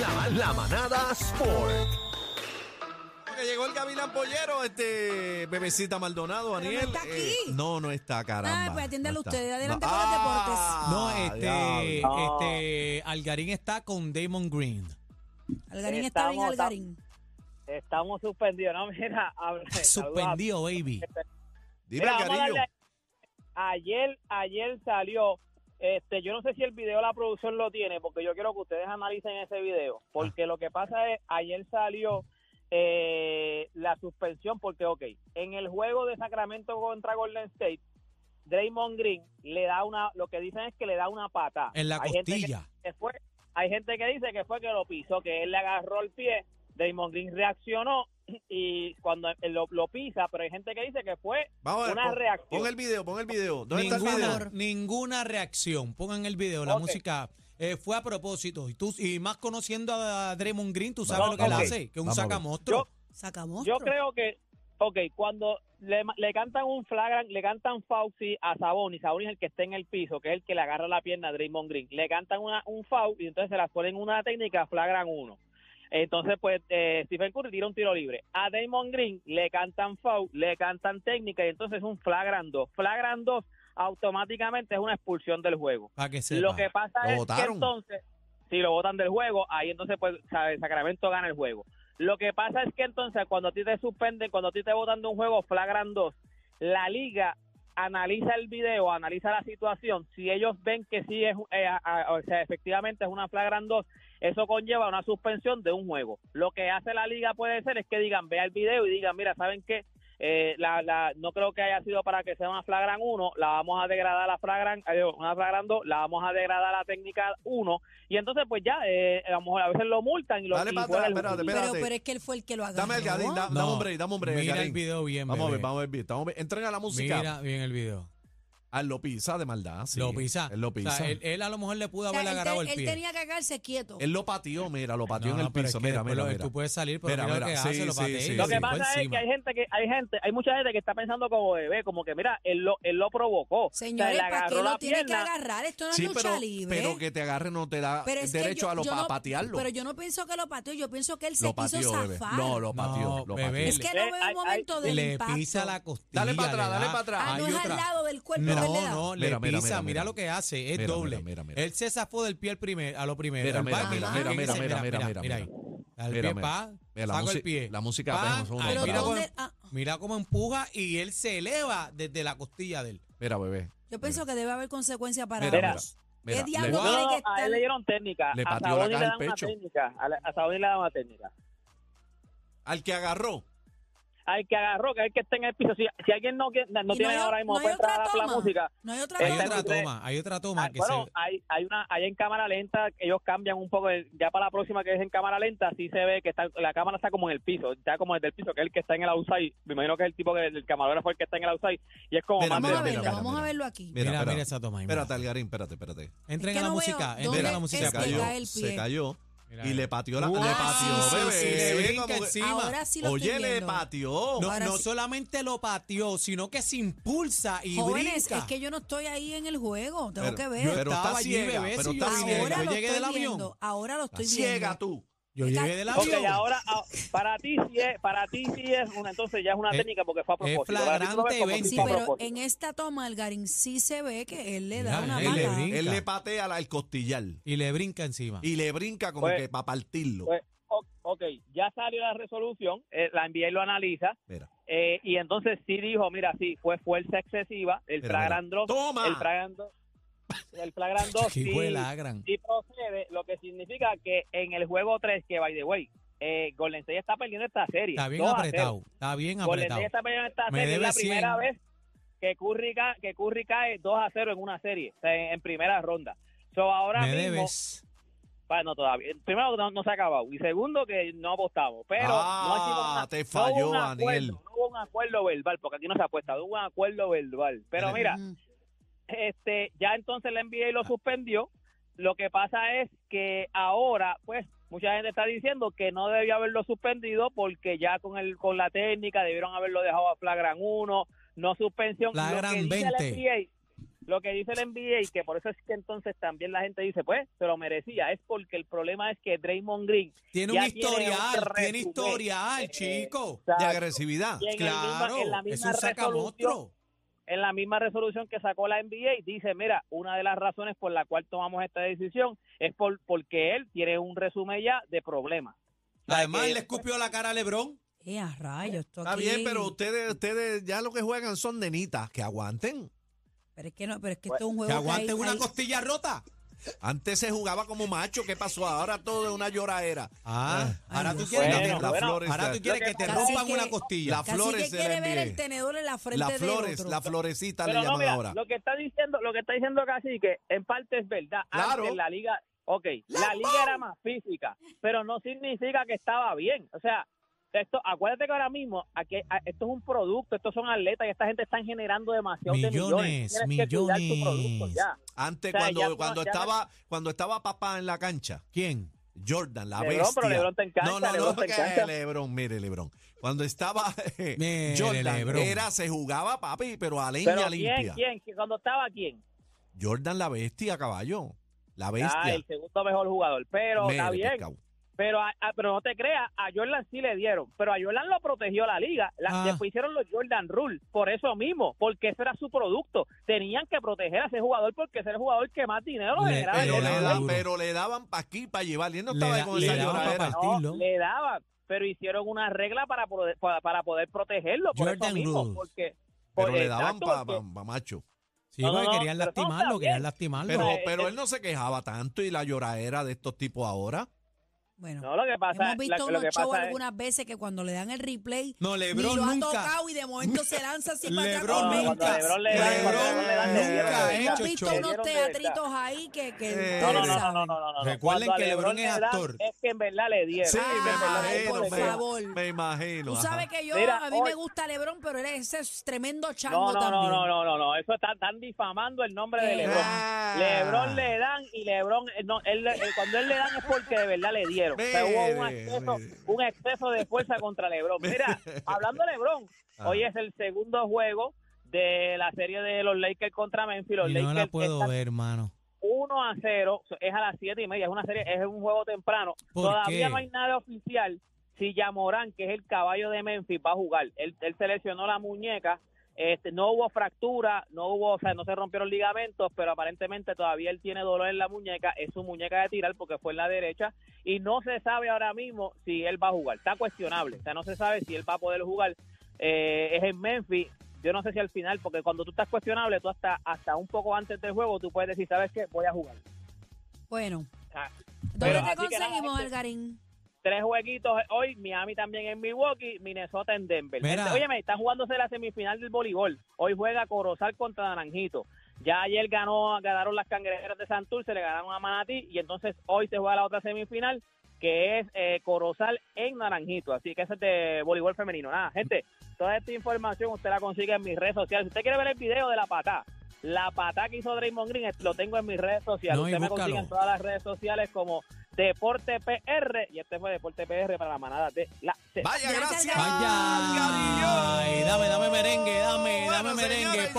La, la manada Sport. Que llegó el Gavilán Pollero, este Bebecita Maldonado, Pero no Daniel. eh, está aquí. no, no está, caramba. Ah, pues atiéndalo No está. usted, adelante No. con los Ah, deportes. No, este, diablo. este, Algarín está con Damon Green. Algarín está bien, Estamos- Algarín. Estamos suspendidos, ¿no? Mira, habla- saludos a- Suspendido, baby. Dime, Mira, vamos a cariño. darle- Ayer, ayer salió, este, yo no sé si el video la producción lo tiene, porque yo quiero que ustedes analicen ese video, porque lo que pasa es, ayer salió eh, la suspensión, porque, ok, en el juego de Sacramento contra Golden State, Draymond Green le da una, lo que dicen es que le da una pata. En la Hay gente que- costilla. que fue- hay gente que dice que fue que lo pisó, que él le agarró el pie, Draymond Green reaccionó y cuando él lo, lo pisa, pero hay gente que dice que fue Vamos a ver, una pon- reacción. Pon el video, pon el video. ¿Dónde está el video? Ninguna, ninguna reacción. Pongan el video, la Ok. música. eh, fue a propósito. Y, tú, y más conociendo a Draymond Green, tú sabes Vamos, lo que él ok. hace, que es un Vamos a ver. sacamostro. Sacamos. Yo creo que, ok, cuando le, le cantan un flagran, le cantan Fauci a Sabonis, Sabonis es el que está en el piso, que es el que le agarra la pierna a Draymond Green, le cantan una, un foul y entonces se las ponen una técnica, flagran uno. Entonces, pues, eh, Stephen Curry tira un tiro libre. A Draymond Green le cantan foul, le cantan técnica y entonces es un flagran dos. Flagran dos automáticamente es una expulsión del juego. Para que sepa. Lo que pasa Lo es votaron. que entonces, si lo votan del juego, ahí entonces pues sabe, Sacramento gana el juego. Lo que pasa es que entonces cuando a ti te suspenden, cuando a ti te votan de un juego, flagran dos, la liga analiza el video, analiza la situación, si ellos ven que sí es, eh, a- a- o sea, efectivamente es una flagran dos, eso conlleva una suspensión de un juego. Lo que hace la liga puede ser es que digan, vea el video y digan, mira, ¿saben qué? Eh, la, la- no creo que haya sido para que sea una flagran 1, la vamos a degradar a la flagran, eh, una flagran 2, la vamos a degradar a la técnica 1 y entonces pues ya, eh, a lo mejor a veces lo multan y lo Dale y para fuera atrás, el espérate, juego. espérate. Pero, pero es que él fue el que lo agarró. Dame el Garín, da- No. dame un break, dame un break. Mira Garín. el video bien, Vamos a ver, bebé. vamos a ver, el video, vamos a ver. Entren a la música. Mira bien el video. Ah, lo pisa de maldad. sí. lo pisa. Él lo O sea, pisa. él, él a lo mejor le pudo O sea, haber él, agarrado te- el él pie. tenía que cagarse quieto. Él lo pateó, mira, lo pateó No, en no, el pero es piso. que mira, después mira, lo- mira. Tú puedes salir, pero Mira, mira, lo que mira, hace, sí, lo sí, patea y sí, Lo se que sí. fue pasa es que encima. hay gente que hay gente, hay mucha gente que está pensando como bebé, como que mira, él lo, él lo provocó. O sea, Señores, le ¿para qué agarró lo la tiene que pierna. agarrar? Esto no es Sí, lucha pero, libre. pero que te agarre no te da Pero es que derecho yo- a lo yo pa- no- patearlo. Pero yo no pienso que lo pateó, yo pienso que él se lo quiso pateó, bebé. zafar. No, lo pateó, No, lo bebé, pateó. es que no Eh, veo un ay, momento ay, del le impacto. pisa la costilla. Dale para atrás, le dale da- para atrás. Ah, no hay es otra. al lado del cuerpo No, que le da. no, le Mira, mira, pisa, mira, mira, mira. lo que hace, es Mira, doble. mira, mira, mira. Él se zafó del pie al primer, a lo primero. Mira, el mira, básquet, mira, ¿no? mira, Que mira, dice, mira, mira, mira. ahí. Al Mira, pie, mira. pa, Mira, la saco musi- el pie. la música, Pa, espérate, un ahí, segundo, mira, Pero cómo, ¿dónde- ah? mira cómo empuja y él se eleva desde la costilla de él. Mira, bebé. Yo pienso que debe haber consecuencias para Mira, ambos. mira. Mira, ¿Qué diablo No, le- tiene no, que no, a estar- él le dieron técnica. Le a pateó la Sabonis cara le al dan una pecho. técnica. A, la- a Sabonis le dan una técnica. al que agarró. Al que agarró, que es el que está en el piso. Si, si alguien no, que- no Y tiene hay o- ahora mismo, no hay puede entrar a otra la- la toma. música. No hay otra Hay Está toma. otra entre- toma, hay otra toma Ah, que bueno, se... hay, hay una, hay en cámara lenta, ellos cambian un poco, el- ya para la próxima que es en cámara lenta, sí se ve que está, la cámara está como en el piso, está como desde el piso, que es el que está en el outside, me imagino que es el tipo que el camarógrafo el que está en el outside, y es como Mira, más Vamos a mira, verlo, mira, vamos a mira. verlo aquí. Mira, Mira, mira, espera. esa toma ahí. mira. Espérate, Algarín, espérate, espérate. Entren Es que a la no veo música, entren dónde a la música. se es que por cayó, favor. cae el se pie. cayó Mira y ahí. le pateó la, le Ah, pateó, sí, bebé. sí, sí, le Se ve brinca como que- encima. Ahora sí lo Oye, estoy le viendo. pateó. No, Ahora no sí. solamente lo pateó, sino que se impulsa y Jóvenes, brinca. es que yo no estoy ahí en el juego, tengo Pero- que Yo ver. Pero estaba está allí, ciega, bebé, pero si está yo ciega. vine. ahora Yo lo llegué del estoy avión. viendo, ahora lo estoy Ciega viendo. tú. Yo Está- llegué del Ok, avión. ahora ah, para ti sí es, para ti sí es una, entonces ya es una Es- técnica porque fue a Eh, es propósito. Para ti tú lo ves como flagrante, si Sí, fue a Vente. pero propósito. en e- esta toma Algarín sí se ve que él le da Mira, una él le mala. brinca. Él le patea la- el costillar Y le brinca encima. y le brinca como Pues- que para partirlo. pues, o- ok, ya salió la resolución, eh, la envía y lo analiza, Mira. eh, y entonces sí dijo, mira, sí, fue fuerza excesiva, el Mira, mira. flagrando Toma. El flagrando, el flagrando Qué sí, hijo de la gran. sí procede, lo que significa que en el juego 3, que by the way, eh, Golden State está perdiendo esta serie. Está bien 2 a apretado. Está bien 0. Golden State apretado. está perdiendo esta Me serie. Es debe la primera 100. vez que Curry, ca- que Curry cae 2 a 0 en una serie, o sea, en, en primera ronda. So, ahora Me mismo, debes. bueno, todavía. Primero, no, no se ha acabado. Y segundo, que no apostamos. Pero no ha sido Ah, una- te no hubo falló, un acuerdo, Daniel. No hubo un acuerdo verbal, porque aquí no se apuesta. Hubo un acuerdo verbal. Pero Dale. mira, Ujú. este, ya entonces la NBA lo suspendió. Lo que pasa es que ahora, pues, mucha gente está diciendo que no debió haberlo suspendido porque ya con el con la técnica debieron haberlo dejado a flagran 1, no suspensión. Lo Flagran que dice la 20. NBA Lo que dice el NBA, que por eso es que entonces también la gente dice, pues, se lo merecía, es porque el problema es que Draymond Green Tiene ya un historial, un tiene resumen. historial, Eh, chico. Exacto. de agresividad. Y en el Claro, mismo- en la es misma un resolución, sacamostro. en la misma resolución que sacó la NBA dice, mira, una de las razones por la cual tomamos esta decisión es por porque él tiene un resumen ya de problemas. sea, Además, que- le escupió la cara a Lebron. Eh, a rayos, esto Está aquí- bien, pero ustedes, ustedes ya lo que juegan son nenitas, que aguanten. Pero es que, no, pero es que esto es un Que juego que hay- aguanten una hay- costilla rota. Antes se jugaba como macho, ¿qué pasó? Ahora todo es una lloraera. Ah, Ay, ahora Dios. tú quieres, Bueno, la- bueno. ahora tú quieres Lo que, que te pasa es rompan que- una costilla. La- Cacique flores de la quiere ver NBA. el tenedor en la frente Las del flores, otro. las florecitas le Pero no, llaman mira, ahora. lo que está diciendo, lo que está diciendo Cacique, en parte es verdad. Claro. Antes la liga, ok, la liga era más física, pero no significa que estaba bien. O sea, esto, acuérdate que ahora mismo, aquí, a- esto es un producto, estos son atletas y esta gente están generando demasiado de millones. Millones, Tienes que cuidar tu millones. producto ya. Antes, O sea, cuando, ya no- cuando, ya no- estaba, cuando estaba papá en la cancha, ¿Quién? Jordan, la Lebron, bestia. pero Lebron te encanta, no, no, Lebron no, te que encanta. Lebron, mire, Lebron. Cuando estaba eh, Mire, Jordan, Lebron. era, se jugaba, papi, pero a leña Pero ¿quién, limpia. quién? ¿Qui- ¿Cuándo estaba quién? Jordan, la bestia, caballo. La Ah, bestia. el segundo mejor jugador. Pero Mire, está bien. pescado. Pero, a- a- pero no te creas, a Jordan sí le dieron, pero a Jordan lo protegió la liga. La- Ah. Después hicieron los Jordan Rule, por eso mismo, porque ese era su producto. Tenían que proteger a ese jugador porque ese era el jugador que más dinero Le- generaba. Pero, en le le daban el da- mundo. duro. pero le daban pa' aquí, para llevar. Y él no Le estaba da- con le esa daban pa' lloradera. pasar. No, Estilo. le daban, pero hicieron una regla para poder, para, para poder protegerlo. Por Jordan eso mismo, Rules. porque, Pero por- le daban exacto, para porque- macho. Sí, No, no, porque no, querían pero no, lastimarlo, está querían bien. lastimarlo. Pero, eh, pero eh, él no se quejaba tanto y la lloradera de estos tipos ahora. Bueno, No, lo que pasa, hemos la- visto lo unos que shows pasa es- algunas veces que cuando le dan el replay, No, ni LeBron lo han nunca. tocado y de momento se lanza así para atrás. LeBron con No, no, nunca. cuando LeBron le dan- LeBron cuando LeBron le dan- nunca ha le hecho Hemos dieron visto show. unos Le dieron de teatritos ahí que... que Eh, No, no, ustedes no, no, saben. no, no, no, no. Recuerden Cuando a que LeBron le es dan, actor. Es que en verdad le dieron. Ah, Sí, Ah, Ay, me imagino. por me, favor. me imagino. Tú ajá. sabes que yo, Mira, a mí me hoy- gusta Lebron, pero él es- ese es tremendo No, chango no, también. no, no, no, no, no. Eso está, están difamando el nombre de Eh. Lebron. Ah. Lebron le dan y Lebron, eh, no, él, eh, cuando él le dan es porque de verdad le dieron. O sea, hubo un Mire, exceso, mire. un exceso de fuerza contra Lebron. Mira, hablando de Lebron, Ah. Ajá. hoy es el segundo juego de la serie de los Lakers contra Memphis. Los Y no Lakers la puedo están ver, hermano. 1 a 0, es a las 7 y media, es una serie, es un juego temprano. ¿Por Todavía qué? no hay nada oficial si Yamorán, que es el caballo de Memphis, va a jugar. Él, él se lesionó la muñeca, este, no hubo fractura, no hubo, o sea, no se rompieron ligamentos, pero aparentemente todavía él tiene dolor en la muñeca, es su muñeca de tirar porque fue en la derecha, y no se sabe ahora mismo si él va a jugar, está cuestionable, o sea, no se sabe si él va a poder jugar, Eh, es en Memphis, yo no sé si al final, porque cuando tú estás cuestionable, tú hasta, hasta un poco antes del juego, tú puedes decir, ¿sabes qué? Voy a jugar. Bueno, Ah, ¿dónde pero- te Así que nada, conseguimos, gente. Algarín? Tres jueguitos hoy, Miami también en Milwaukee, Minnesota en Denver. Mira. Oye, me está jugándose la semifinal del voleibol. Hoy juega Corozal contra Naranjito. Ya ayer ganó, ganaron las cangrejeras de Santurce, le ganaron a Manatí y entonces hoy se juega la otra semifinal que es eh, Corozal en Naranjito. Así que ese es de voleibol femenino. Nada, gente, toda esta información usted la consigue en mis redes sociales. Si usted quiere ver el video de la patá, la patá que hizo Draymond Green, eh, lo tengo en mis redes sociales. No, y usted me consigue búscalo. en todas las redes sociales como Deporte PR. Y este fue Deporte PR para la manada de la Z. Vaya, Ya, ya, gracias. ya. Gavillo. Vaya. Ay, dame, dame merengue, dame, Bueno, dame merengue. señores,